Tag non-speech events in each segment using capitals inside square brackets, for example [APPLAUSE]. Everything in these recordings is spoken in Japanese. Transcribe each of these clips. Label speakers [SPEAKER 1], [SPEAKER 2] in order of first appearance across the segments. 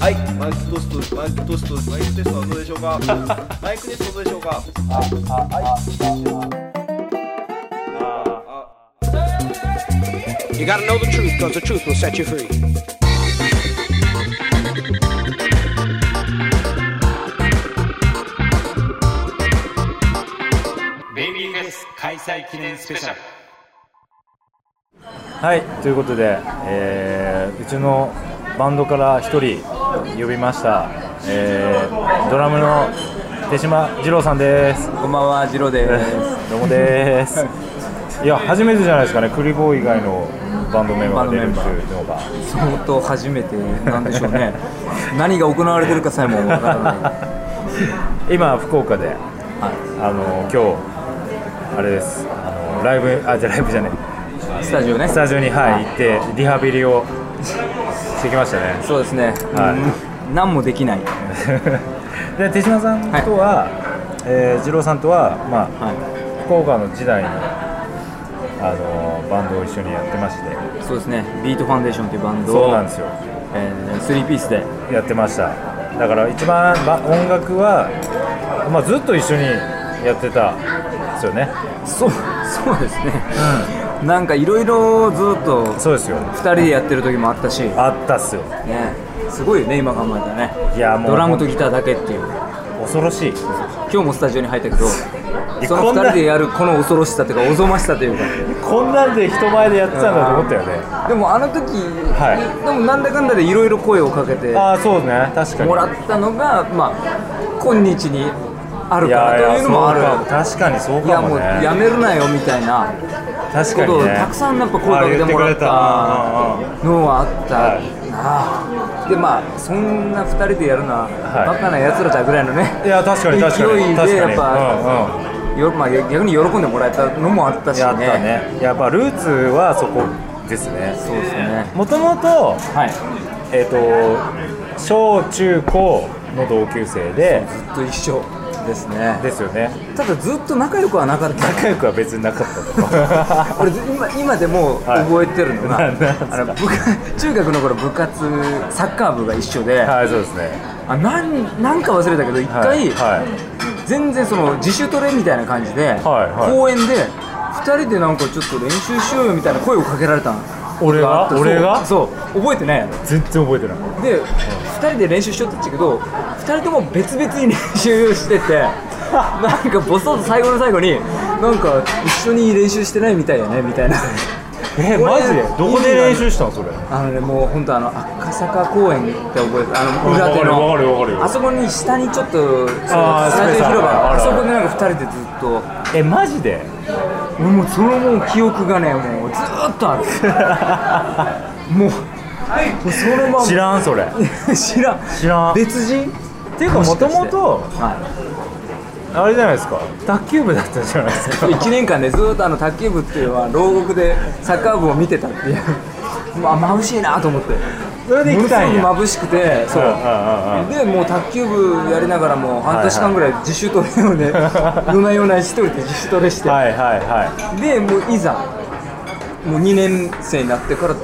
[SPEAKER 1] はい、マイクトスト、マイクトスト、マイクテストはどうでしょうか。マイクテストどうでしょうか。
[SPEAKER 2] You gotta know the truth, because the truth will set you free.
[SPEAKER 3] ベイビーフェス開催記念スペシャル
[SPEAKER 4] はい、ということで、えーうちのバンドから一人呼びました、えードラムの手島二郎さんです。
[SPEAKER 5] こんばんは、ジローです。
[SPEAKER 4] どうもです。いや、初めてじゃないですかね、クリボー以外のバンドメンバーが出るっていうのが。
[SPEAKER 5] 相当初めて、なんでしょ
[SPEAKER 4] [LAUGHS]
[SPEAKER 5] うね。何が行われてるかさえもわからない。
[SPEAKER 4] 今、福岡で、あの今日あれです、あのライブ、あ、じゃあライブじゃない、
[SPEAKER 5] スタジオね
[SPEAKER 4] ス。タジオに、はい、行って、リハビリをしてきましたね。
[SPEAKER 5] そうですね。
[SPEAKER 4] は
[SPEAKER 5] うん何もできない。
[SPEAKER 4] [LAUGHS] で手島さんとは、えー二郎さんとは、まあ
[SPEAKER 5] は
[SPEAKER 4] 福岡の時代に、あのーバンドを一緒にやってまして
[SPEAKER 5] い。そうですね。ビートファンデーションというバンド
[SPEAKER 4] そう
[SPEAKER 5] を
[SPEAKER 4] なんですよ
[SPEAKER 5] えースリーピースで。
[SPEAKER 4] やってましただから一番ば音楽は、まあ、ずっと一緒にやってたんですよね、
[SPEAKER 5] そう、そうですね。なんかいろいろずっと
[SPEAKER 4] そうですよ
[SPEAKER 5] 二人でやってる時もあったし、ね。
[SPEAKER 4] あったっすよ
[SPEAKER 5] すごいよね。今考えたらね。
[SPEAKER 4] いやもう
[SPEAKER 5] ドラムとギターだけっていう。
[SPEAKER 4] 恐ろしい
[SPEAKER 5] 今日もスタジオに入ったけど。
[SPEAKER 4] や
[SPEAKER 5] その
[SPEAKER 4] こん
[SPEAKER 5] 二
[SPEAKER 4] な
[SPEAKER 5] 人でやるこの恐ろしさというかおぞましさというか
[SPEAKER 4] こんなんで人前でやってたんだと思ったよね
[SPEAKER 5] でもあの時、
[SPEAKER 4] はい
[SPEAKER 5] でもなんだかんだでいろいろ声をかけて
[SPEAKER 4] ああそうね確かに
[SPEAKER 5] もらったのが、まあ、今日にある
[SPEAKER 4] い
[SPEAKER 5] から
[SPEAKER 4] やい
[SPEAKER 5] とい
[SPEAKER 4] やそ
[SPEAKER 5] うの
[SPEAKER 4] う
[SPEAKER 5] もある
[SPEAKER 4] かも確かにそう
[SPEAKER 5] いや
[SPEAKER 4] か
[SPEAKER 5] も
[SPEAKER 4] も
[SPEAKER 5] う
[SPEAKER 4] ね
[SPEAKER 5] やめるなよみたいな
[SPEAKER 4] 確
[SPEAKER 5] こ
[SPEAKER 4] か
[SPEAKER 5] と
[SPEAKER 4] に
[SPEAKER 5] を
[SPEAKER 4] ね
[SPEAKER 5] たくさんやっぱ声かけてもらった
[SPEAKER 4] あ言ってくれたうんうんうん
[SPEAKER 5] のはあった
[SPEAKER 4] はい
[SPEAKER 5] なあでまあそんな2人でやるのは、
[SPEAKER 4] はい
[SPEAKER 5] バカなやつらじゃぐらいのね [LAUGHS]
[SPEAKER 4] いや確かに確かに
[SPEAKER 5] 勢い
[SPEAKER 4] 確
[SPEAKER 5] で
[SPEAKER 4] かに
[SPEAKER 5] やっぱ、よまあ、逆に喜んでもらえたのもあったしね
[SPEAKER 4] やったねやっぱルーツはそこですね
[SPEAKER 5] そうですね
[SPEAKER 4] もともと
[SPEAKER 5] はい
[SPEAKER 4] えっ、と小中高の同級生で
[SPEAKER 5] ずっと一緒ですね
[SPEAKER 4] ですよね
[SPEAKER 5] ただずっと仲良くはなかった
[SPEAKER 4] 仲良くは別になか [LAUGHS] ったと
[SPEAKER 5] 俺今今でも
[SPEAKER 4] はい
[SPEAKER 5] 覚えてるの
[SPEAKER 4] な
[SPEAKER 5] が、
[SPEAKER 4] なんですか
[SPEAKER 5] あの部活中学の頃部活サッカー部が一緒で、
[SPEAKER 4] はいそうですね
[SPEAKER 5] あなんなんか忘れたけど一
[SPEAKER 4] は
[SPEAKER 5] 回、
[SPEAKER 4] いはい
[SPEAKER 5] 全然その自主トレみたいな感じで、
[SPEAKER 4] はいはい
[SPEAKER 5] 公園で2人でなんかちょっと練習しようよみたいな声をかけられたの
[SPEAKER 4] 俺が
[SPEAKER 5] あったそう
[SPEAKER 4] 俺が
[SPEAKER 5] そう覚えてないやろ
[SPEAKER 4] 全然覚えてない
[SPEAKER 5] で、2人で練習しようって言ったけど2人とも別々に練習しててなんかボソッと最後の最後になんか一緒に練習してないみたいやねみたいな
[SPEAKER 4] え
[SPEAKER 5] これ
[SPEAKER 4] マジでどこで練習したのそれ
[SPEAKER 5] あのねもう本当あの赤坂公園って覚えてあの裏
[SPEAKER 4] わ
[SPEAKER 5] 手
[SPEAKER 4] かるわかるわかる
[SPEAKER 5] の
[SPEAKER 4] よ
[SPEAKER 5] あそこに下にちょっとそのス
[SPEAKER 4] あー
[SPEAKER 5] タジオ広場が
[SPEAKER 4] あ
[SPEAKER 5] あ
[SPEAKER 4] るある
[SPEAKER 5] そこでなんか2人でずっと
[SPEAKER 4] えマジで
[SPEAKER 5] 俺もうそのもう記憶がねもうずーっとあ
[SPEAKER 4] [LAUGHS]
[SPEAKER 5] るもうもうそのまま
[SPEAKER 4] 知らんそれ
[SPEAKER 5] [LAUGHS] 知らん
[SPEAKER 4] 知らん
[SPEAKER 5] 別人
[SPEAKER 4] っていうかもともと
[SPEAKER 5] は
[SPEAKER 4] あれじゃないですか卓球部だったじゃないですか
[SPEAKER 5] い、1年間ねずーっとあの卓球部っていうのは牢獄でサッカー部を見てたっていうまあ眩しいなと思って
[SPEAKER 4] それで行きたいんや
[SPEAKER 5] ものすごく眩しくてそう
[SPEAKER 4] うんうんうん
[SPEAKER 5] でもう卓球部やりながらもう半年間ぐらい自主トレ
[SPEAKER 4] [LAUGHS]
[SPEAKER 5] をね、夜な夜な一人で自主トレして、
[SPEAKER 4] はいはいはい
[SPEAKER 5] でもういざもう2年生になってから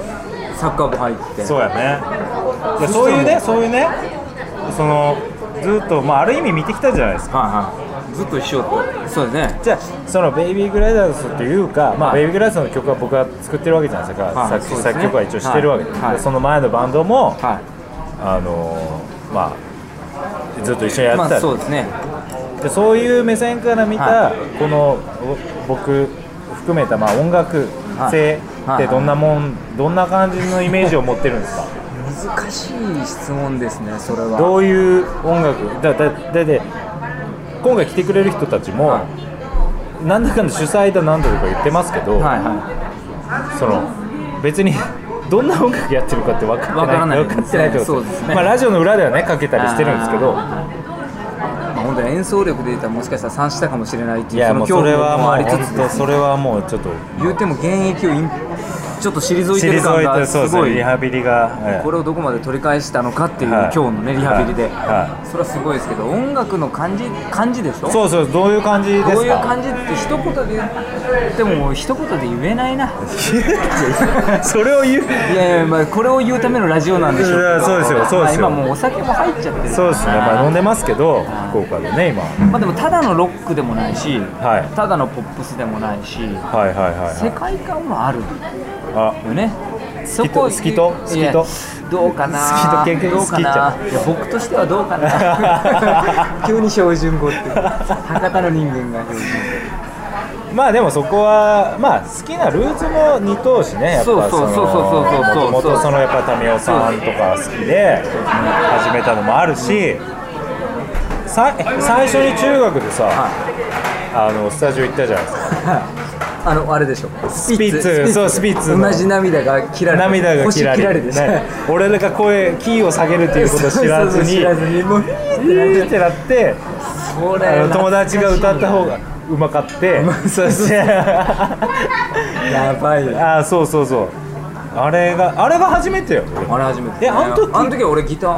[SPEAKER 5] サッカー部入って
[SPEAKER 4] そうやねいや
[SPEAKER 5] そしたらもう
[SPEAKER 4] そういうねそういうねそのずっと、まあ、ある意味見てきたじゃないですか
[SPEAKER 5] はいはいずっと一緒ってそうですね
[SPEAKER 4] じゃあそのベイビーグライダーズっていうか、まあ、
[SPEAKER 5] はい
[SPEAKER 4] ベイビーグライダーズの曲は僕が作ってるわけじゃないですか、
[SPEAKER 5] はい
[SPEAKER 4] 作
[SPEAKER 5] そうですね
[SPEAKER 4] 作曲は一応してるわけです、
[SPEAKER 5] はい
[SPEAKER 4] でその前のバンドも、
[SPEAKER 5] は
[SPEAKER 4] あのーまあずっと一緒にや
[SPEAKER 5] い
[SPEAKER 4] って
[SPEAKER 5] ま
[SPEAKER 4] た、
[SPEAKER 5] あそうですね
[SPEAKER 4] でそういう目線から見た、
[SPEAKER 5] は
[SPEAKER 4] このお僕含めたまあ音楽性っ
[SPEAKER 5] はいは
[SPEAKER 4] て
[SPEAKER 5] い
[SPEAKER 4] どんなもん、どんな感じのイメージを持ってるんですか
[SPEAKER 5] 難しい質問ですねそれは
[SPEAKER 4] どういう音楽だだだで今回来てくれる人たちも、
[SPEAKER 5] は
[SPEAKER 4] なんだかんだ主催だなんだとか言ってますけど、
[SPEAKER 5] はいは
[SPEAKER 4] その別に [LAUGHS] どんな音楽やってるかって分かってない
[SPEAKER 5] 分からない
[SPEAKER 4] 分かってないってこと
[SPEAKER 5] そうですね
[SPEAKER 4] まあ、ラジオの裏ではねかけたりしてるんですけど
[SPEAKER 5] い、まあ、本当に演奏力で言ったらもしかしたら三したかもしれないって
[SPEAKER 4] い
[SPEAKER 5] いう
[SPEAKER 4] や
[SPEAKER 5] そ
[SPEAKER 4] も
[SPEAKER 5] の
[SPEAKER 4] うそ
[SPEAKER 5] 恐
[SPEAKER 4] れ
[SPEAKER 5] 怖
[SPEAKER 4] は
[SPEAKER 5] も
[SPEAKER 4] もう
[SPEAKER 5] ありつつ
[SPEAKER 4] 本当それはもうちょっと
[SPEAKER 5] 言うても現役を引ちょっと退いてる感
[SPEAKER 4] 退い
[SPEAKER 5] が
[SPEAKER 4] てそうですす
[SPEAKER 5] ご
[SPEAKER 4] ね
[SPEAKER 5] い
[SPEAKER 4] リハビリが、ええ
[SPEAKER 5] これをどこまで取り返したのかっていう、
[SPEAKER 4] はい
[SPEAKER 5] 今日のねリハビリで、
[SPEAKER 4] は
[SPEAKER 5] それはすごいですけど音楽の感じ感じでしょ
[SPEAKER 4] そうそうどういう感じですか
[SPEAKER 5] こういう感じって一言で言っても一言で言えな
[SPEAKER 4] [LAUGHS]
[SPEAKER 5] いな
[SPEAKER 4] それを言う
[SPEAKER 5] いやいやまあこれを言うためのラジオなんでしょ
[SPEAKER 4] いやそうですよそうですよ
[SPEAKER 5] まあ今もうお酒も入っちゃってる
[SPEAKER 4] そうですね、まあ、飲んでますけど福岡でね今は
[SPEAKER 5] まあでもただのロックでもないし、
[SPEAKER 4] はい
[SPEAKER 5] ただのポップスでもないし
[SPEAKER 4] いはいはい
[SPEAKER 5] 世
[SPEAKER 4] は
[SPEAKER 5] 界観もある
[SPEAKER 4] い
[SPEAKER 5] よねそ
[SPEAKER 4] きと好きと
[SPEAKER 5] いや
[SPEAKER 4] 好
[SPEAKER 5] どうかな
[SPEAKER 4] 好きと結局
[SPEAKER 5] どうかな
[SPEAKER 4] 好
[SPEAKER 5] いや僕としてはどう
[SPEAKER 4] [LAUGHS]
[SPEAKER 5] かな急に標準語って博多の人間が標準語
[SPEAKER 4] あまあでもそこはまあ好きなルーツも似通しねやっぱ
[SPEAKER 5] そうそうそうそうそうそうそう
[SPEAKER 4] もとそのやっぱ民生さんとか好きで始めたのもあるしさえ最初に中学でさあのスタジオ行ったじゃないですか
[SPEAKER 5] あのあれでしょス
[SPEAKER 4] ピッツそうスピッツの
[SPEAKER 5] 同じ涙が切られ
[SPEAKER 4] 涙が切られ
[SPEAKER 5] 星切られ
[SPEAKER 4] る
[SPEAKER 5] でしょ
[SPEAKER 4] ね俺らが声キーを下げるっていうことを知
[SPEAKER 5] [LAUGHS]
[SPEAKER 4] らずに
[SPEAKER 5] 知らずにもう
[SPEAKER 4] えーってなって
[SPEAKER 5] そ
[SPEAKER 4] あ
[SPEAKER 5] れ
[SPEAKER 4] の友達が歌った方がうまかってそして
[SPEAKER 5] やばいよ
[SPEAKER 4] あーそうそうそうあれがあれが初めてよ
[SPEAKER 5] あれ初めて
[SPEAKER 4] えあの時
[SPEAKER 5] あの時俺ギター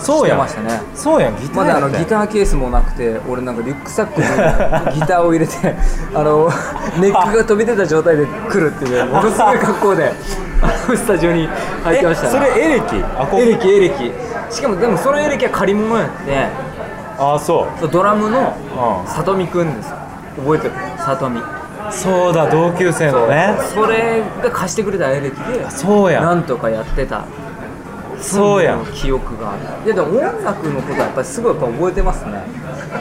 [SPEAKER 4] そう
[SPEAKER 5] して
[SPEAKER 4] やん
[SPEAKER 5] ましたね
[SPEAKER 4] そうやんギタ
[SPEAKER 5] ま
[SPEAKER 4] ーや
[SPEAKER 5] だあ
[SPEAKER 4] った
[SPEAKER 5] の
[SPEAKER 4] よ
[SPEAKER 5] ギターケースもなくて俺なんかリュックサック
[SPEAKER 4] [LAUGHS]
[SPEAKER 5] にギターを入れてあのネックが飛び出た状態で来るって
[SPEAKER 4] [LAUGHS]
[SPEAKER 5] いうものすごい格好であのスタジオに入ってました
[SPEAKER 4] えそ
[SPEAKER 5] ね
[SPEAKER 4] れエレキあこ
[SPEAKER 5] エレキエレキしかもでもそのエレキは借り物やって
[SPEAKER 4] あーそう
[SPEAKER 5] そうドラムの
[SPEAKER 4] うん
[SPEAKER 5] さとみくんですよ覚えてるさとみ
[SPEAKER 4] そうだ同級生のね
[SPEAKER 5] それが貸してくれたエレキで
[SPEAKER 4] そうや
[SPEAKER 5] なんんとかやってた
[SPEAKER 4] そうやん
[SPEAKER 5] 記憶があるいやでも音楽のことはやっぱりすごいやっぱ覚えてますね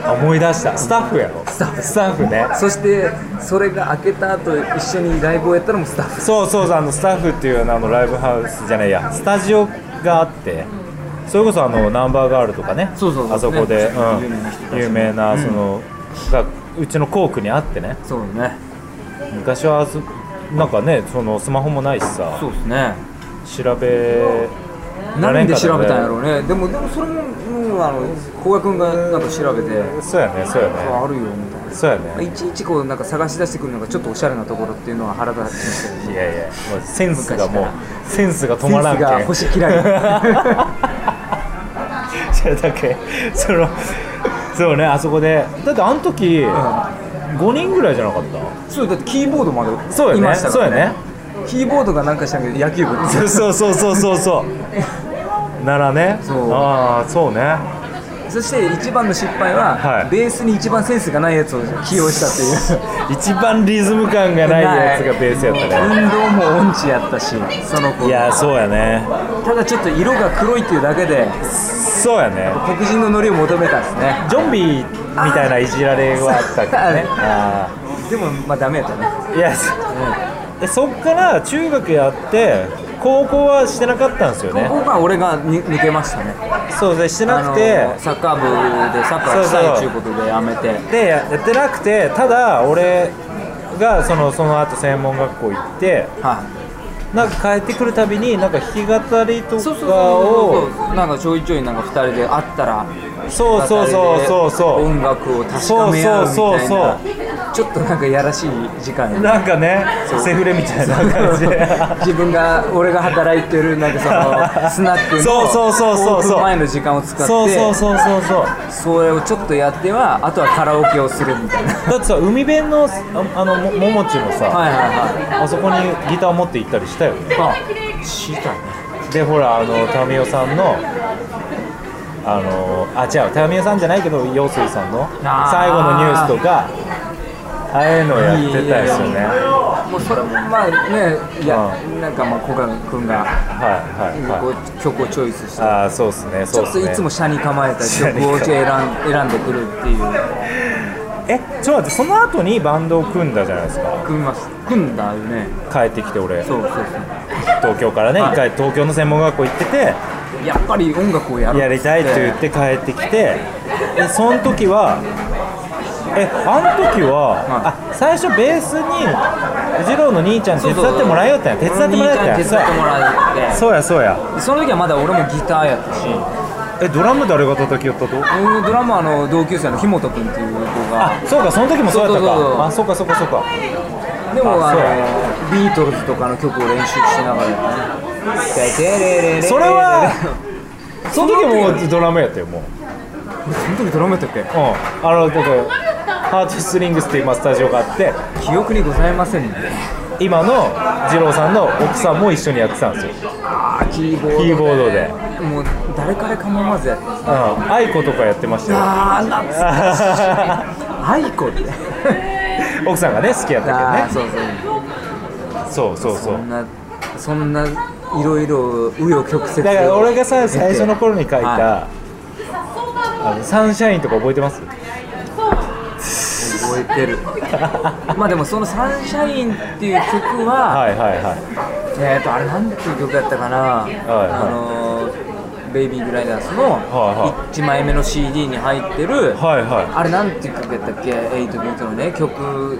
[SPEAKER 4] あ思い出したスタッフやろス
[SPEAKER 5] タッフ
[SPEAKER 4] スタッフね
[SPEAKER 5] そしてそれが開けた後一緒にライブをやったのもスタッフ
[SPEAKER 4] そうそうそうあのスタッフっていうあのライブハウスじゃないやスタジオがあってそれこそあのナンバーガールとかね
[SPEAKER 5] そうそうそう
[SPEAKER 4] あそこで、
[SPEAKER 5] ね
[SPEAKER 4] うん、有名なその、がうちの校区にあってね
[SPEAKER 5] そうね
[SPEAKER 4] 昔はそなんかねそのスマホもないしさ
[SPEAKER 5] そうですね
[SPEAKER 4] 調べら
[SPEAKER 5] な
[SPEAKER 4] れ
[SPEAKER 5] ん
[SPEAKER 4] んか
[SPEAKER 5] で
[SPEAKER 4] ったね
[SPEAKER 5] 調べたんやろうねでもでもそれももうあの高賀君がなんか調べて
[SPEAKER 4] そうやねそうやね
[SPEAKER 5] ああるよみたいな
[SPEAKER 4] そうやね
[SPEAKER 5] いちいちこうなんか探し出してくるのがちょっとおしゃれなところっていうのは腹立ちますけど
[SPEAKER 4] いやいやもうセンスがも
[SPEAKER 5] 昔か
[SPEAKER 4] うセンスが止まらんけん
[SPEAKER 5] センスが
[SPEAKER 4] [LAUGHS]
[SPEAKER 5] 星切られる
[SPEAKER 4] じゃあだけそのそうねあそこでだってあの時、5人ぐらいじゃなかった
[SPEAKER 5] そうだってキーボードまで
[SPEAKER 4] そうよね
[SPEAKER 5] いましたからね
[SPEAKER 4] そうよね
[SPEAKER 5] キーボードがなんかしたけど野球部
[SPEAKER 4] そうそうそうそうそうならね
[SPEAKER 5] そう
[SPEAKER 4] ああそうね
[SPEAKER 5] そして一番の失敗は、
[SPEAKER 4] はい
[SPEAKER 5] ベースに一番センスがないやつを起
[SPEAKER 4] [LAUGHS]
[SPEAKER 5] 用したっていう
[SPEAKER 4] 一番リズム感がないやつがベースやったね
[SPEAKER 5] 運動も音痴やったしその子
[SPEAKER 4] いやそうやね
[SPEAKER 5] ただちょっと色が黒いっていうだけで
[SPEAKER 4] そうやね
[SPEAKER 5] 黒人のノリを求めたんですね
[SPEAKER 4] ゾンビみたいないじられ [LAUGHS] はあったけどねあ
[SPEAKER 5] でもまあダメやったね
[SPEAKER 4] ーいやそえそっから中学やって高校はしてなかったんですよ
[SPEAKER 5] こ
[SPEAKER 4] ね
[SPEAKER 5] こが俺がに抜けましたね
[SPEAKER 4] そうでしてなくて、
[SPEAKER 5] あのサッカー部でサッカーしたいということでやめて
[SPEAKER 4] でややってなくてただ俺がそのその後専門学校行って
[SPEAKER 5] はい
[SPEAKER 4] なんか帰ってくるたびになんか弾き語りと
[SPEAKER 5] そうそうそう
[SPEAKER 4] か
[SPEAKER 5] そう
[SPEAKER 4] を
[SPEAKER 5] そうなんかちょいちょいなんか2人で会ったら
[SPEAKER 4] そうそうそうそうそう
[SPEAKER 5] 音楽を確かめ合うみ
[SPEAKER 4] そうそ
[SPEAKER 5] た
[SPEAKER 4] う
[SPEAKER 5] い
[SPEAKER 4] そう
[SPEAKER 5] なちょっとなんかやらしい時間やね
[SPEAKER 4] なんかねセフレみたいな感じ [LAUGHS] で
[SPEAKER 5] 自分が俺が働いてるなんかそのスナックの
[SPEAKER 4] そうそうそうそ
[SPEAKER 5] オ
[SPEAKER 4] う
[SPEAKER 5] ー
[SPEAKER 4] そう
[SPEAKER 5] プン前の時間を使って
[SPEAKER 4] そうそうそうそうそう
[SPEAKER 5] それをちょっとやってはあとはカラオケをするみたいな
[SPEAKER 4] だってさ海辺のああのもももちもさ、
[SPEAKER 5] はいはいはい
[SPEAKER 4] あそこにギター持って行ったりしたよね
[SPEAKER 5] あしたね
[SPEAKER 4] でほらあの民生さんのあのあ違う民生さんじゃないけど陽水さんの
[SPEAKER 5] あー
[SPEAKER 4] 最後のニュースとかああいうのやってたですよ
[SPEAKER 5] い
[SPEAKER 4] ね
[SPEAKER 5] やいや
[SPEAKER 4] は
[SPEAKER 5] もうそれもまあねいやなんかまあ古賀君
[SPEAKER 4] い
[SPEAKER 5] が
[SPEAKER 4] はい
[SPEAKER 5] こ
[SPEAKER 4] はいう
[SPEAKER 5] 曲をチョイスして
[SPEAKER 4] ああそうっすね
[SPEAKER 5] ち
[SPEAKER 4] そう
[SPEAKER 5] ょ
[SPEAKER 4] っ
[SPEAKER 5] っ
[SPEAKER 4] す
[SPEAKER 5] と
[SPEAKER 4] ね
[SPEAKER 5] いつも車に構えた曲を選ん選んでくるっていう
[SPEAKER 4] えちょっと待ってその後にバンドを組んだじゃないですか
[SPEAKER 5] 組みます組んだよね
[SPEAKER 4] 帰ってきて俺
[SPEAKER 5] そうそう
[SPEAKER 4] 東京からね
[SPEAKER 5] はい
[SPEAKER 4] 一回東京の専門学校行ってて
[SPEAKER 5] そうやっぱり音楽をやる
[SPEAKER 4] やりたいと言って帰ってきてでその時はえあの時は、あ最初ベースに二郎の兄ちゃん手伝ってもらえよったんや手伝ってもらえよったん
[SPEAKER 5] 手
[SPEAKER 4] や
[SPEAKER 5] 伝ってもらえて
[SPEAKER 4] そうやそうや
[SPEAKER 5] その時はまだ俺もギターやったし、
[SPEAKER 4] えドラム誰が叩きよったと
[SPEAKER 5] うんドラマーの同級生の日本君っていう子が
[SPEAKER 4] あそうかその時もそうやった
[SPEAKER 5] そうそうそうそう
[SPEAKER 4] かあそうかそうかそうか
[SPEAKER 5] でも
[SPEAKER 4] あ
[SPEAKER 5] あ
[SPEAKER 4] そう
[SPEAKER 5] のビートルズとかの曲を練習しながらやったね
[SPEAKER 4] それはその時もうドラムやったよもう
[SPEAKER 5] その時ドラムやったっけ
[SPEAKER 4] うんあのここハートストリングスっていう今スタジオがあって
[SPEAKER 5] 記憶にございませんね
[SPEAKER 4] 今の二郎さんの奥さんも一緒にやってたんですよ
[SPEAKER 5] あキーボード
[SPEAKER 4] キーボードで、
[SPEAKER 5] もう誰からかまわずやってます
[SPEAKER 4] うん、アイコとかやってましたよ
[SPEAKER 5] あー懐かアイコって
[SPEAKER 4] 奥さんがね好きやった
[SPEAKER 5] あー
[SPEAKER 4] けど
[SPEAKER 5] そう
[SPEAKER 4] ね
[SPEAKER 5] そう
[SPEAKER 4] そうそうそう
[SPEAKER 5] そんなそんないろいろ紆余曲折
[SPEAKER 4] だから俺がさ最初の頃に書いた、
[SPEAKER 5] は
[SPEAKER 4] あのサンシャインとか覚えてます
[SPEAKER 5] 覚えてるまあでもその「サンシャイン」っていう曲は、
[SPEAKER 4] はいはいはい
[SPEAKER 5] えーとあれなんていう曲やったかな、
[SPEAKER 4] はい
[SPEAKER 5] あのーベイビー・グライダーズの
[SPEAKER 4] はいは
[SPEAKER 5] 1枚目の CD に入ってる、
[SPEAKER 4] はいはい
[SPEAKER 5] あれなんていう曲やったっけ8ビートのね曲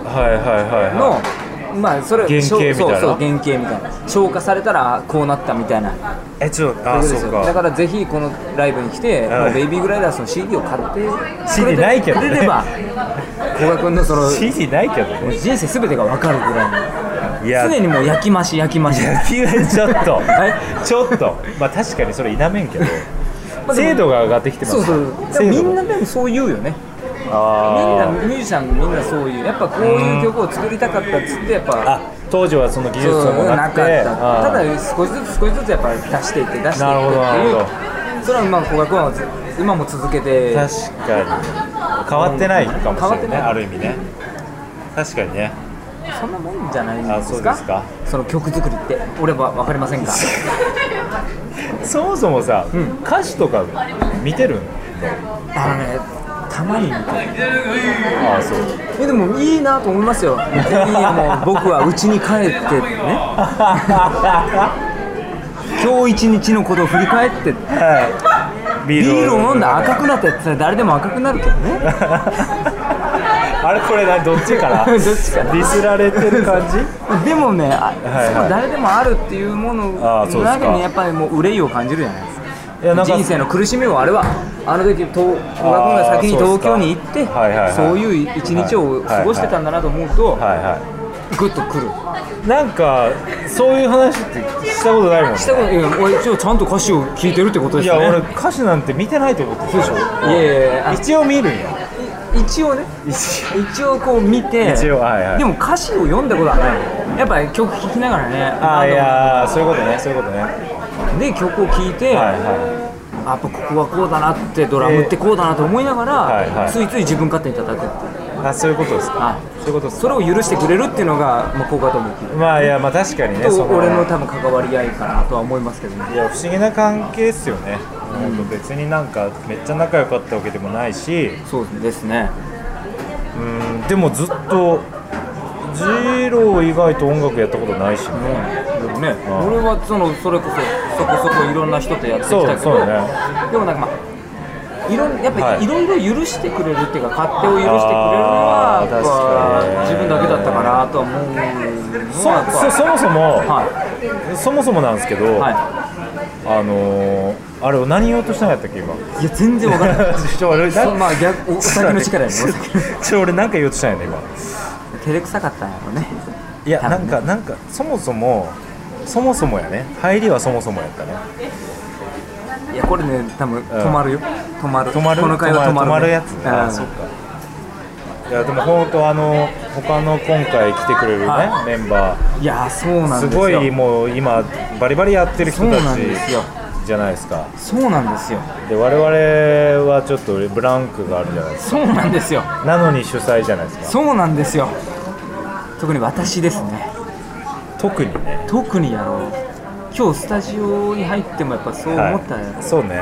[SPEAKER 4] はいはいはい
[SPEAKER 5] の、
[SPEAKER 4] は
[SPEAKER 5] まあそれ
[SPEAKER 4] 原型みたいな
[SPEAKER 5] そうそう原型みたいな消化されたらこうなったみたいない
[SPEAKER 4] えちょっとあ
[SPEAKER 5] こと
[SPEAKER 4] そ
[SPEAKER 5] で
[SPEAKER 4] う
[SPEAKER 5] すよだ
[SPEAKER 4] か
[SPEAKER 5] からぜひこのライブに来て、
[SPEAKER 4] はい
[SPEAKER 5] もうベイビー・グライダーズの CD を買って
[SPEAKER 4] CD ないけどね
[SPEAKER 5] くれ
[SPEAKER 4] [LAUGHS]
[SPEAKER 5] れば古賀君のその
[SPEAKER 4] CD ないけど
[SPEAKER 5] もう
[SPEAKER 4] ね
[SPEAKER 5] 人生すべてが分かるぐら
[SPEAKER 4] い
[SPEAKER 5] いの常にもう焼き増し焼き増し
[SPEAKER 4] いや [LAUGHS] ちょっ
[SPEAKER 5] [LAUGHS]
[SPEAKER 4] と
[SPEAKER 5] え
[SPEAKER 4] ちょっとまあ確かにそれ否めんけど
[SPEAKER 5] まあでも
[SPEAKER 4] 精度が上がってきてます
[SPEAKER 5] そうそうでも
[SPEAKER 4] 精
[SPEAKER 5] み
[SPEAKER 4] 度
[SPEAKER 5] んなでもそう言うよねみんな
[SPEAKER 4] あ
[SPEAKER 5] ミュージシャンみんなそういうやっぱこういう曲を作りたかったっつってやっ
[SPEAKER 4] ー
[SPEAKER 5] ぱ
[SPEAKER 4] あ当時はその技術
[SPEAKER 5] そう
[SPEAKER 4] もなくて
[SPEAKER 5] かった
[SPEAKER 4] あー
[SPEAKER 5] ただ少しずつ少しずつやっぱり出していって出していってって
[SPEAKER 4] なるほどなる
[SPEAKER 5] い
[SPEAKER 4] ほど
[SPEAKER 5] うそれはまあ古賀君はず今も続けて
[SPEAKER 4] 確かに変わってないかもしれない
[SPEAKER 5] 変わって
[SPEAKER 4] ね
[SPEAKER 5] ない
[SPEAKER 4] ある意味ね確かにね
[SPEAKER 5] そんなもんじゃないんですか
[SPEAKER 4] あそうですか
[SPEAKER 5] その曲作りって俺は分かりませんか
[SPEAKER 4] そもそもさ、歌詞とか見てるの
[SPEAKER 5] あのねたまに見て
[SPEAKER 4] ああそう
[SPEAKER 5] えでもいいなと思いますよ全員はもう僕は家に帰って
[SPEAKER 4] [LAUGHS]
[SPEAKER 5] ね今日一日のことを振り返って
[SPEAKER 4] はいビ
[SPEAKER 5] ビールを飲んだ
[SPEAKER 4] あ
[SPEAKER 5] 赤くなったやつは誰でも赤くなるけどね
[SPEAKER 4] あれこれなどっちかな
[SPEAKER 5] [LAUGHS] どっちかな
[SPEAKER 4] ディスられてる感じ
[SPEAKER 5] でもね、あ
[SPEAKER 4] はい
[SPEAKER 5] その誰でもあるっていうもの
[SPEAKER 4] あ
[SPEAKER 5] の
[SPEAKER 4] ーそうですか
[SPEAKER 5] 中にやっぱりもう憂いを感じるじゃないですか
[SPEAKER 4] いやなんか
[SPEAKER 5] 人生の苦しみをあれはあの時と小学校
[SPEAKER 4] あー
[SPEAKER 5] が先に
[SPEAKER 4] そうです
[SPEAKER 5] 東
[SPEAKER 4] か
[SPEAKER 5] 京に行って
[SPEAKER 4] はいはいはい
[SPEAKER 5] そういう一日を過ごしてたんだなと思うと
[SPEAKER 4] はいは
[SPEAKER 5] グッとくる
[SPEAKER 4] いなんかそういう話ってしたことないもんね
[SPEAKER 5] したこといや俺一応ちゃんと歌詞を聞いてるってことで
[SPEAKER 4] い
[SPEAKER 5] すね
[SPEAKER 4] や俺歌詞なんて見てないと思ってたでしょ
[SPEAKER 5] いやいやいやあ
[SPEAKER 4] 一応見るんや
[SPEAKER 5] 一応ね一応こう見て
[SPEAKER 4] 一応はいはい
[SPEAKER 5] でも歌詞を読んだことはないやっぱり曲聴きながらね
[SPEAKER 4] ああい
[SPEAKER 5] 何
[SPEAKER 4] やーそういうことねそういうことねはい
[SPEAKER 5] 度もで曲を聴いて、
[SPEAKER 4] は
[SPEAKER 5] あやっぱここはこうだなってドラムってこうだなと思いながら、
[SPEAKER 4] はいはい
[SPEAKER 5] ついつい自分勝手に叩くっていう
[SPEAKER 4] いあそういうことですか
[SPEAKER 5] は
[SPEAKER 4] そういうことで
[SPEAKER 5] い
[SPEAKER 4] す
[SPEAKER 5] それを許してくれるっていうのが、まあ、効果と思う
[SPEAKER 4] まあいやまあ確かにね
[SPEAKER 5] と
[SPEAKER 4] その
[SPEAKER 5] 俺の多分関わり合いかなとは思いますけどね
[SPEAKER 4] いや不思議な関係っすよね、なんか別になんかめっちゃ仲良かったわけでもないし
[SPEAKER 5] そうですね
[SPEAKER 4] うんでもずっとジロー以外と音楽やったことないしね、
[SPEAKER 5] うんでもね、
[SPEAKER 4] ん
[SPEAKER 5] 俺はそのそれこそそこそこいろんな人とやってきたけど
[SPEAKER 4] そうそうね
[SPEAKER 5] でもなんかまあいろんやっぱ
[SPEAKER 4] はい
[SPEAKER 5] りいろいろ許してくれるっていうか、勝手を許してくれ
[SPEAKER 4] あ
[SPEAKER 5] るのは
[SPEAKER 4] ー
[SPEAKER 5] や
[SPEAKER 4] 確
[SPEAKER 5] っ
[SPEAKER 4] か
[SPEAKER 5] ぱ
[SPEAKER 4] に
[SPEAKER 5] 自分だけだったかなとは思うの
[SPEAKER 4] そ
[SPEAKER 5] はやっぱ
[SPEAKER 4] そそもそも、
[SPEAKER 5] は
[SPEAKER 4] そもそもなんですけど、
[SPEAKER 5] い、は
[SPEAKER 4] あのー、あれを何言おうとしたんやったっけ今
[SPEAKER 5] い、いや全然わからない
[SPEAKER 4] ちょ俺な
[SPEAKER 5] そうまあ逆おお酒の力や
[SPEAKER 4] [LAUGHS]
[SPEAKER 5] ね
[SPEAKER 4] ちょっと待ってちょ俺なんか言おうとしたんやね今
[SPEAKER 5] 照れくさかったんやろね
[SPEAKER 4] いや
[SPEAKER 5] 多
[SPEAKER 4] な
[SPEAKER 5] 分
[SPEAKER 4] ん
[SPEAKER 5] ね
[SPEAKER 4] かなんかそもそもそもそもやね入りはそもそもやったね
[SPEAKER 5] いやこれね多分止まるよ、止まる
[SPEAKER 4] 止まる
[SPEAKER 5] この会話止まる,、
[SPEAKER 4] 止まるやつねあそっかいやでも本当あの他の今回来てくれるね、
[SPEAKER 5] は
[SPEAKER 4] メンバー
[SPEAKER 5] いやそうなん
[SPEAKER 4] す
[SPEAKER 5] ですよ
[SPEAKER 4] ごいもう今バリバリやってる人た
[SPEAKER 5] そうなん
[SPEAKER 4] ち
[SPEAKER 5] ですよ
[SPEAKER 4] じゃないですか
[SPEAKER 5] そうなんですよ
[SPEAKER 4] で我々はちょっとブランクがあるじゃないです
[SPEAKER 5] そうなんですよ
[SPEAKER 4] かなのに主催じゃないですか
[SPEAKER 5] そうなんですよ特に私ですね
[SPEAKER 4] 特にね
[SPEAKER 5] 特にやろう今日スタジオに入ってもやっぱそう思ったよ、
[SPEAKER 4] はい、そうね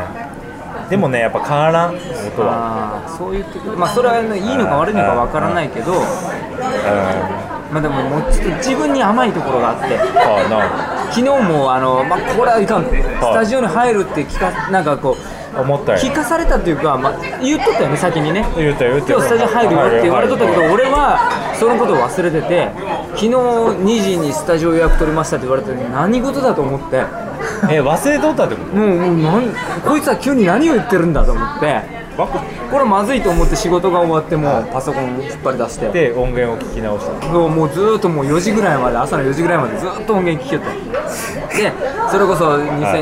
[SPEAKER 4] でもねやっぱ変わらん音は、
[SPEAKER 5] あーそう言ってくれまあそれは、ね、いいのか悪いのかわからないけど
[SPEAKER 4] うん、
[SPEAKER 5] まあでももうちょっと自分に甘いところがあって
[SPEAKER 4] あな
[SPEAKER 5] 昨日もあの、まあ、これはいかんスタジオに入るって聞かなんかこう
[SPEAKER 4] 思ったよ
[SPEAKER 5] 聞かされたっていうか、まあ、言っとったよね先にね
[SPEAKER 4] 言うたよ言うたよ
[SPEAKER 5] 今日スタジオ入るよって言われとったけど
[SPEAKER 4] はい
[SPEAKER 5] 俺はそのことを忘れてて昨日2時にスタジオ予約取りましたって言われた時に何事だと思って
[SPEAKER 4] え忘れとったってこと
[SPEAKER 5] もうもうなんこいつは急に何を言ってるんだと思って
[SPEAKER 4] バカっ
[SPEAKER 5] これまずいと思って仕事が終わってもパソコン引っ張り出して
[SPEAKER 4] て音源を聞き直した
[SPEAKER 5] そうもうずーっともう4時ぐらいまで朝の4時ぐらいまでずーっと音源聴けてでそれこそ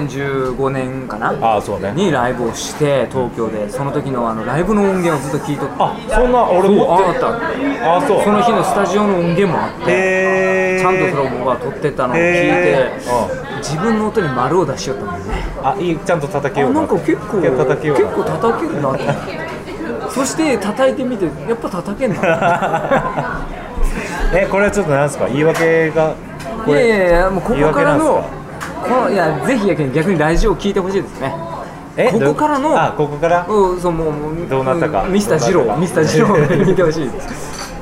[SPEAKER 5] 2015年かな、
[SPEAKER 4] ああそうね
[SPEAKER 5] にライブをして東京でその時のあのライブの音源をずっと聴いとって
[SPEAKER 4] あそんな俺
[SPEAKER 5] そう
[SPEAKER 4] も
[SPEAKER 5] あった
[SPEAKER 4] あそう
[SPEAKER 5] その日のスタジオの音源もあって
[SPEAKER 4] へえ
[SPEAKER 5] ちゃんとそれを僕は撮ってたのを聞い
[SPEAKER 4] へ
[SPEAKER 5] て
[SPEAKER 4] ー
[SPEAKER 5] 自分の音に丸を出しよったもんね
[SPEAKER 4] あいいちゃんと叩けよう
[SPEAKER 5] なんか結構
[SPEAKER 4] 叩けよう
[SPEAKER 5] 結構叩けるなってそして叩いてみてやっぱ叩けんな
[SPEAKER 4] [LAUGHS] えこれはちょっとなんですか言い訳が
[SPEAKER 5] い
[SPEAKER 4] こ
[SPEAKER 5] や
[SPEAKER 4] れ
[SPEAKER 5] いやいやもうここから
[SPEAKER 4] 言い
[SPEAKER 5] の
[SPEAKER 4] 訳
[SPEAKER 5] このいやぜひ逆にラジオを聞いてほしいですね
[SPEAKER 4] え
[SPEAKER 5] ここからの
[SPEAKER 4] あここから
[SPEAKER 5] うんそうもうもう
[SPEAKER 4] どうなったか
[SPEAKER 5] ミスタージローミスタージロ
[SPEAKER 4] [LAUGHS]
[SPEAKER 5] ーに見てほしいです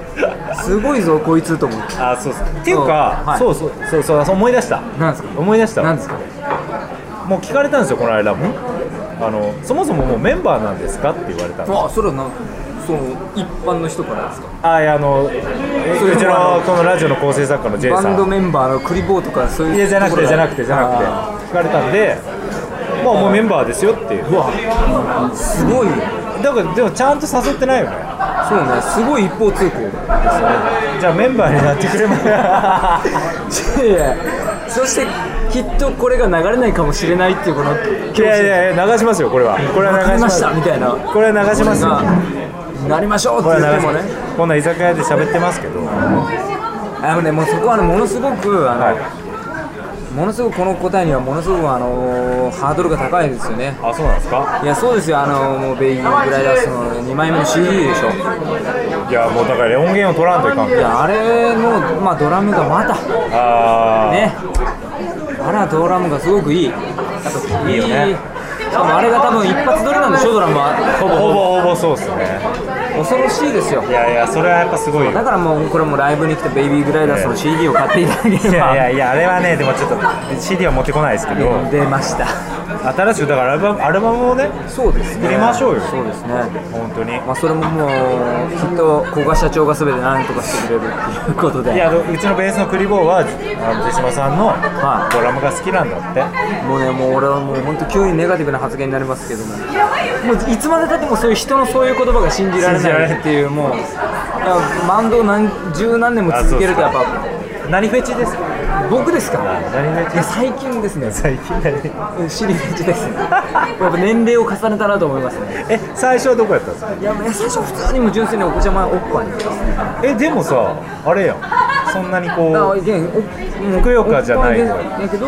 [SPEAKER 5] すごいぞこいつと思って
[SPEAKER 4] あそうそうっていうか、
[SPEAKER 5] はい
[SPEAKER 4] そうそうそうそう思い出した
[SPEAKER 5] なんですか
[SPEAKER 4] 思い出した
[SPEAKER 5] なんですか
[SPEAKER 4] もう聞かれたんですよこの間もあのそもそももうメンバーなんですかって言われたの
[SPEAKER 5] あそれはなんその一般の人からですか
[SPEAKER 4] あいやあのえ
[SPEAKER 5] それ
[SPEAKER 4] うち
[SPEAKER 5] あ
[SPEAKER 4] の
[SPEAKER 5] の
[SPEAKER 4] このラジオの構成作家の J さ
[SPEAKER 5] バンド
[SPEAKER 4] ん
[SPEAKER 5] メンバーのクリボーとかそういう
[SPEAKER 4] いやじゃなくてじゃなくてじゃな
[SPEAKER 5] あ
[SPEAKER 4] くて聞かれたんでもうもうメンバーですよっていう
[SPEAKER 5] ーうわすごいね
[SPEAKER 4] だからでもちゃんと誘ってないよね
[SPEAKER 5] そうねすごい一方通行
[SPEAKER 4] じゃあメンバーになってくれ [LAUGHS] ます
[SPEAKER 5] いやいやそしてきっとこれが流れないかもしれないっていうこの気
[SPEAKER 4] いやいやいや流しますよこれはこれは
[SPEAKER 5] わ
[SPEAKER 4] 流
[SPEAKER 5] かり
[SPEAKER 4] し
[SPEAKER 5] ま
[SPEAKER 4] ま
[SPEAKER 5] し
[SPEAKER 4] す
[SPEAKER 5] たみたいな
[SPEAKER 4] これは流しますよ
[SPEAKER 5] よなりましょうっ
[SPEAKER 4] こ
[SPEAKER 5] て
[SPEAKER 4] れ
[SPEAKER 5] 言っ
[SPEAKER 4] は流
[SPEAKER 5] て
[SPEAKER 4] し
[SPEAKER 5] も
[SPEAKER 4] ま
[SPEAKER 5] ね
[SPEAKER 4] すこんな居酒屋で喋ってますけど
[SPEAKER 5] あのねもうそこはねものすごくあの、ものすごくこの答えにはものすごくあのハードルが高いですよね
[SPEAKER 4] あそうなんですか
[SPEAKER 5] いやそうですよあのもうベイビーグライダースの2枚目の CD でしょ
[SPEAKER 4] いやもうだから音源を取らんといかん
[SPEAKER 5] いやあれの、まあ、ドラムがまた
[SPEAKER 4] ああ、
[SPEAKER 5] ねあらドラムがすごくいいやっぱいいよ
[SPEAKER 4] ね
[SPEAKER 5] しかもあれが多分一発撮りなんでしょドラムは
[SPEAKER 4] ほぼほぼほぼそうっすね
[SPEAKER 5] 恐ろしいですよ
[SPEAKER 4] いやいやそれはやっぱすごいよ
[SPEAKER 5] だからもうこれもライブに来てベイビーグライダースの CD を買っていただければ
[SPEAKER 4] いやいやいやあれはねでもちょっと CD は持ってこないですけど
[SPEAKER 5] 出ました
[SPEAKER 4] 新しくだからアルバムアルバムをね
[SPEAKER 5] そうですね
[SPEAKER 4] 作りましょうよ
[SPEAKER 5] そうですね
[SPEAKER 4] 本当に
[SPEAKER 5] まあそれももうきっと古賀社長が全て何とかしてくれるっていうこと
[SPEAKER 4] い
[SPEAKER 5] で
[SPEAKER 4] やうちのベースのクリボーはあの手島さんの
[SPEAKER 5] はい
[SPEAKER 4] ドラムが好きなんだって
[SPEAKER 5] もうねもう俺はもう本当急にネガティブな発言になりますけどももういつまでたってもそういう人のそういう言葉が信じられ
[SPEAKER 4] 信じられ
[SPEAKER 5] な
[SPEAKER 4] ない
[SPEAKER 5] いっていうもういやバンドを何十何年も続けるとやっぱ
[SPEAKER 4] 何フェチですか
[SPEAKER 5] 僕ですか
[SPEAKER 4] 何フェ
[SPEAKER 5] い
[SPEAKER 4] チ
[SPEAKER 5] や最近ですね
[SPEAKER 4] 最近 [LAUGHS] 何
[SPEAKER 5] 尻フェチですねやっぱ年齢を重ねたなと思いますね
[SPEAKER 4] え最初はどこやったんですか
[SPEAKER 5] いやもう最初普通にもう純粋にお邪魔おっぱいに
[SPEAKER 4] えでもさあれやんそんなにこ
[SPEAKER 5] あ
[SPEAKER 4] う
[SPEAKER 5] いやおも
[SPEAKER 4] ふ
[SPEAKER 5] う
[SPEAKER 4] くよかじゃない
[SPEAKER 5] おっぱでやけど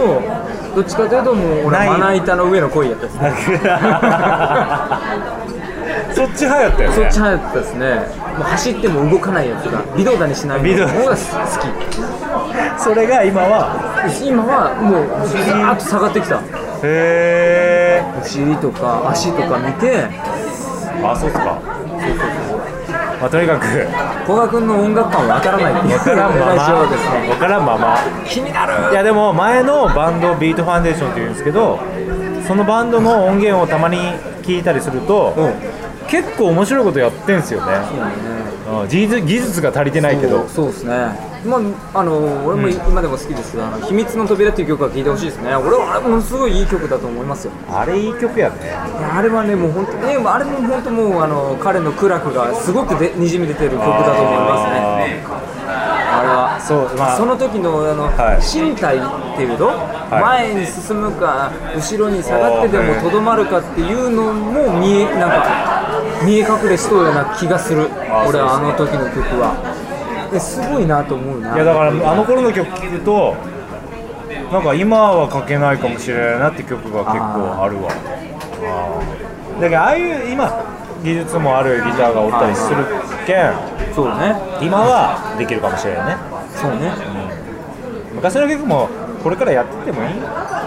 [SPEAKER 5] どっちかというともう俺
[SPEAKER 4] ない
[SPEAKER 5] はまな板の上の恋やったですね
[SPEAKER 4] [LAUGHS] そっち派やったよね
[SPEAKER 5] そっち派やったですねもう走っても動かないやつが微動だにしない
[SPEAKER 4] 微動
[SPEAKER 5] の
[SPEAKER 4] だ
[SPEAKER 5] が好
[SPEAKER 4] それが今は
[SPEAKER 5] き今はもうずーっと下がってきた
[SPEAKER 4] へえ
[SPEAKER 5] お尻とか足とか見て
[SPEAKER 4] あそうっすかまあとにかく
[SPEAKER 5] 古賀君の音楽感わからないっていう
[SPEAKER 4] 分からんまま
[SPEAKER 5] ラジオですね
[SPEAKER 4] 分からんまま
[SPEAKER 5] 気になる
[SPEAKER 4] いやでも前のバンドビートファンデーションっていうんですけどそのバンドの音源をたまに聞いたりすると、結構面白いことやってんすよねうん技術技術が足りてないけど
[SPEAKER 5] そうそうですねまああの俺も今でも好きですが「あの秘密の扉」っていう曲は聴いてほしいですね俺はあれものすごいいい曲だと思いますよ
[SPEAKER 4] あれいい曲やね
[SPEAKER 5] いやあれはねもう本当ねあれも本当もうあの彼の苦楽がすごくでにじみ出てる曲だと思いますねあれは
[SPEAKER 4] そうまあ
[SPEAKER 5] その時のあの、
[SPEAKER 4] はい
[SPEAKER 5] 身体っていうの、前に進むか後ろに下がってで
[SPEAKER 4] あー
[SPEAKER 5] も
[SPEAKER 4] へー
[SPEAKER 5] とどまるかっていうのも見えなんか見え隠れしそうな気がする
[SPEAKER 4] あー
[SPEAKER 5] 俺はあ
[SPEAKER 4] そう
[SPEAKER 5] の
[SPEAKER 4] で
[SPEAKER 5] 時の曲はですごいなと思うない
[SPEAKER 4] やだからあの頃の曲聴くとなんか今は書けないかもしれないなって曲が結構あるわあーだけどああいう今技術もあるギターがおったりするけん
[SPEAKER 5] そうね
[SPEAKER 4] 今はできるかもしれないね
[SPEAKER 5] そうね
[SPEAKER 4] 昔の曲もこれからやってってもいいで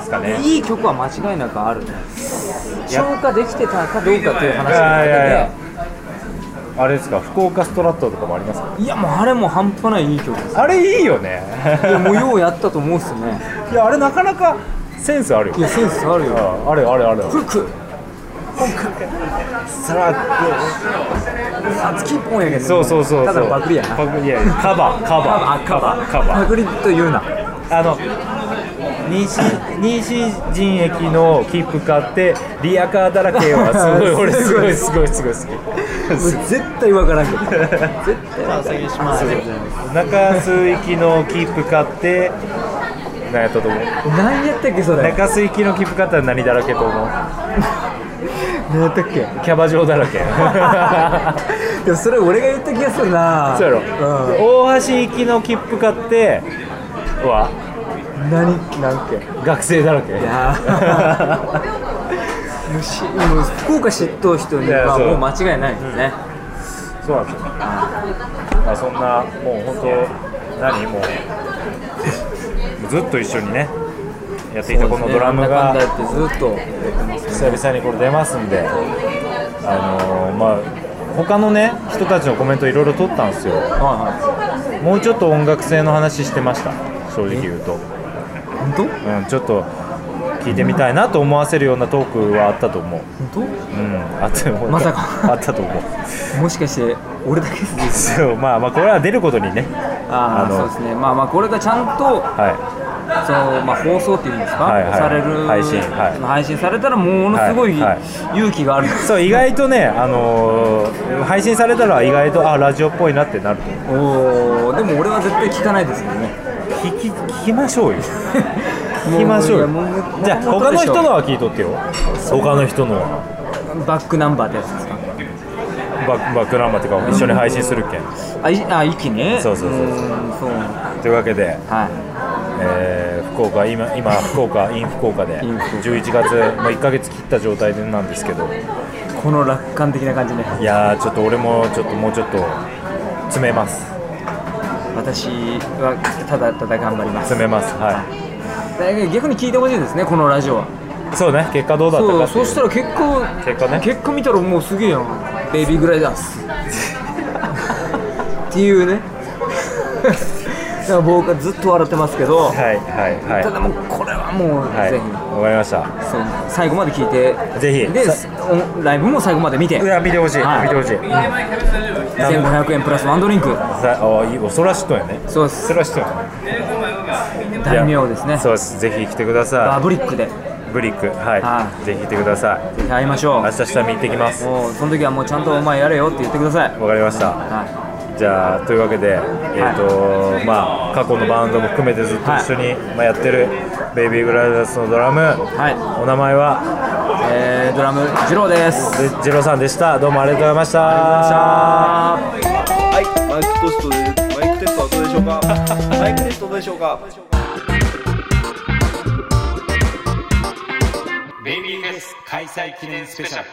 [SPEAKER 4] すかね
[SPEAKER 5] いい曲は間違いなくあるね
[SPEAKER 4] や
[SPEAKER 5] 消化できてたかどうかっていう話
[SPEAKER 4] いやいやい
[SPEAKER 5] だ
[SPEAKER 4] や
[SPEAKER 5] けで
[SPEAKER 4] あれですか福岡ストラットとかもありますか
[SPEAKER 5] いやもうあれも半端ないいい曲です
[SPEAKER 4] あれいいよね
[SPEAKER 5] いやもうようやったと思うっすね
[SPEAKER 4] [LAUGHS] いやあれなかなかセンスあるよ
[SPEAKER 5] いやセンスあるよ
[SPEAKER 4] ああれあれあれ
[SPEAKER 5] クク
[SPEAKER 4] ストラッ
[SPEAKER 5] 熱き一本やけど
[SPEAKER 4] トそうそうそうそう
[SPEAKER 5] ただのパクリやな
[SPEAKER 4] パクリいやカバーカバー
[SPEAKER 5] あカバー
[SPEAKER 4] カバー
[SPEAKER 5] パクリと言うな
[SPEAKER 4] あの西西陣駅の切符買ってリアカーだらけはすごい俺 [LAUGHS] すごいすごいすごい好き
[SPEAKER 5] 絶対わから
[SPEAKER 4] [LAUGHS]
[SPEAKER 5] んけど絶対わからん
[SPEAKER 1] します
[SPEAKER 4] 中洲行きの切符買って何やったと思う
[SPEAKER 5] 何やったっけそれ
[SPEAKER 4] 中洲行きの切符買ったら何だらけと思う
[SPEAKER 5] 何やったっ [LAUGHS] け
[SPEAKER 4] キャバ嬢だらけ
[SPEAKER 5] でもそれ俺が言った気がするな
[SPEAKER 4] [LAUGHS] そうやろ、
[SPEAKER 5] うん
[SPEAKER 4] 大橋行きの切符買っては
[SPEAKER 5] 何なんけ
[SPEAKER 4] 学生だらけ
[SPEAKER 5] い
[SPEAKER 4] [LAUGHS]
[SPEAKER 5] やむしもう福岡知っとう人に
[SPEAKER 4] いや
[SPEAKER 5] は
[SPEAKER 4] そう
[SPEAKER 5] もう間違いないですね、
[SPEAKER 4] そうなんですよあそんなもう本当何もうずっと一緒にねやっていたこのドラムが
[SPEAKER 5] そうですねなんだかんだ言ってずっとやってますね
[SPEAKER 4] 久々にこれ出ますんであのーまあ他のね人たちのコメントいろいろ取ったんですよ
[SPEAKER 5] は
[SPEAKER 4] もうちょっと音楽性の話してました正直言うと、
[SPEAKER 5] いはい本
[SPEAKER 4] うん、ちょっと聞いてみたいなと思わせるようなトークはあったと思う、
[SPEAKER 5] 当
[SPEAKER 4] う
[SPEAKER 5] 本
[SPEAKER 4] ん、あったと思う
[SPEAKER 5] まさか
[SPEAKER 4] あったと思う
[SPEAKER 5] 当もしかして俺だけです
[SPEAKER 4] そうまあまあこれは出ることにねあ
[SPEAKER 5] ああ
[SPEAKER 4] の
[SPEAKER 5] そうですねまあまあこれがちゃんと
[SPEAKER 4] は
[SPEAKER 5] そのまあ放送っていうんですか、
[SPEAKER 4] はいはい
[SPEAKER 5] される
[SPEAKER 4] 配信はい
[SPEAKER 5] 配信されたらものすごい
[SPEAKER 4] はいはい
[SPEAKER 5] 勇気がある、
[SPEAKER 4] いそう意外とね、あのー配信されたら意外とあラジオっぽいなってなると思う
[SPEAKER 5] おおでも俺は絶対聞かないですけどね
[SPEAKER 4] 聞き聞きましょうよ聞きましょうよ
[SPEAKER 5] もういやもう
[SPEAKER 4] じゃあ
[SPEAKER 5] もう
[SPEAKER 4] 他の人のは聞いとってよ他の人のは
[SPEAKER 5] バックナンバーってやつですか
[SPEAKER 4] バックバックナンバーっていうか一緒に配信するけん
[SPEAKER 5] あいあ息ね
[SPEAKER 4] そうそうそうそうん
[SPEAKER 5] そうは
[SPEAKER 4] というわけで、
[SPEAKER 5] い
[SPEAKER 4] えー福岡今今福
[SPEAKER 5] [LAUGHS]
[SPEAKER 4] 岡 in 福岡で
[SPEAKER 5] in 福岡
[SPEAKER 4] 11月、まあ、1ヶ月切った状態でなんですけど
[SPEAKER 5] この楽観的な感じね
[SPEAKER 4] いやーちょっと俺もちょっともうちょっと詰めます
[SPEAKER 5] 私はただただ頑張ります
[SPEAKER 4] 詰めますはい
[SPEAKER 5] 逆に聞いてほしいですねこのラジオは
[SPEAKER 4] そうね結果どうだった
[SPEAKER 5] そ
[SPEAKER 4] か
[SPEAKER 5] う
[SPEAKER 4] ってい
[SPEAKER 5] そううしたら結果
[SPEAKER 4] 結果ね
[SPEAKER 5] 結果見たらもうすげえやんベイビーぐらいだっすっていうねだから僕はずっと笑ってますけど、
[SPEAKER 4] はいはい
[SPEAKER 5] た
[SPEAKER 4] は
[SPEAKER 5] だもうこれはもう
[SPEAKER 4] いはい
[SPEAKER 5] ぜひ、
[SPEAKER 4] わかりました
[SPEAKER 5] そう最後まで聞いて
[SPEAKER 4] ぜひ
[SPEAKER 5] で
[SPEAKER 4] さ
[SPEAKER 5] おライブも最後まで見て
[SPEAKER 4] いや見てほしい、
[SPEAKER 5] はい
[SPEAKER 4] 見てほしい
[SPEAKER 5] 1500円プラスワンドリンク
[SPEAKER 4] さあいいおそらしとやね
[SPEAKER 5] そうで
[SPEAKER 4] お
[SPEAKER 5] す
[SPEAKER 4] そらしとや
[SPEAKER 5] 大
[SPEAKER 4] ね
[SPEAKER 5] 名ですね
[SPEAKER 4] そうですぜひ来てくだ
[SPEAKER 5] バ
[SPEAKER 4] さ
[SPEAKER 5] ブリックで
[SPEAKER 4] いブリックはい、
[SPEAKER 5] はい
[SPEAKER 4] ぜひ来てください
[SPEAKER 5] ぜひ会いましょう
[SPEAKER 4] 明日下見行ってきますわ
[SPEAKER 5] もうその時はもうちゃんとお前やれよって言ってください、
[SPEAKER 4] かりました
[SPEAKER 5] は
[SPEAKER 4] じゃあというわけで、えーとまあ、過去のバンドも含めてずっと一緒に、まあ、やってるベイビーグライダーズのドラム、
[SPEAKER 5] い、は
[SPEAKER 4] お名前はい
[SPEAKER 5] えー、ドラム二郎です
[SPEAKER 4] でジローさんでしたどうもありがとうございました。
[SPEAKER 1] はいマイクテストでマイクテストはどうでしょうかマイクテストどうでしょうか
[SPEAKER 3] ベイビーフェス開催記念スペシャル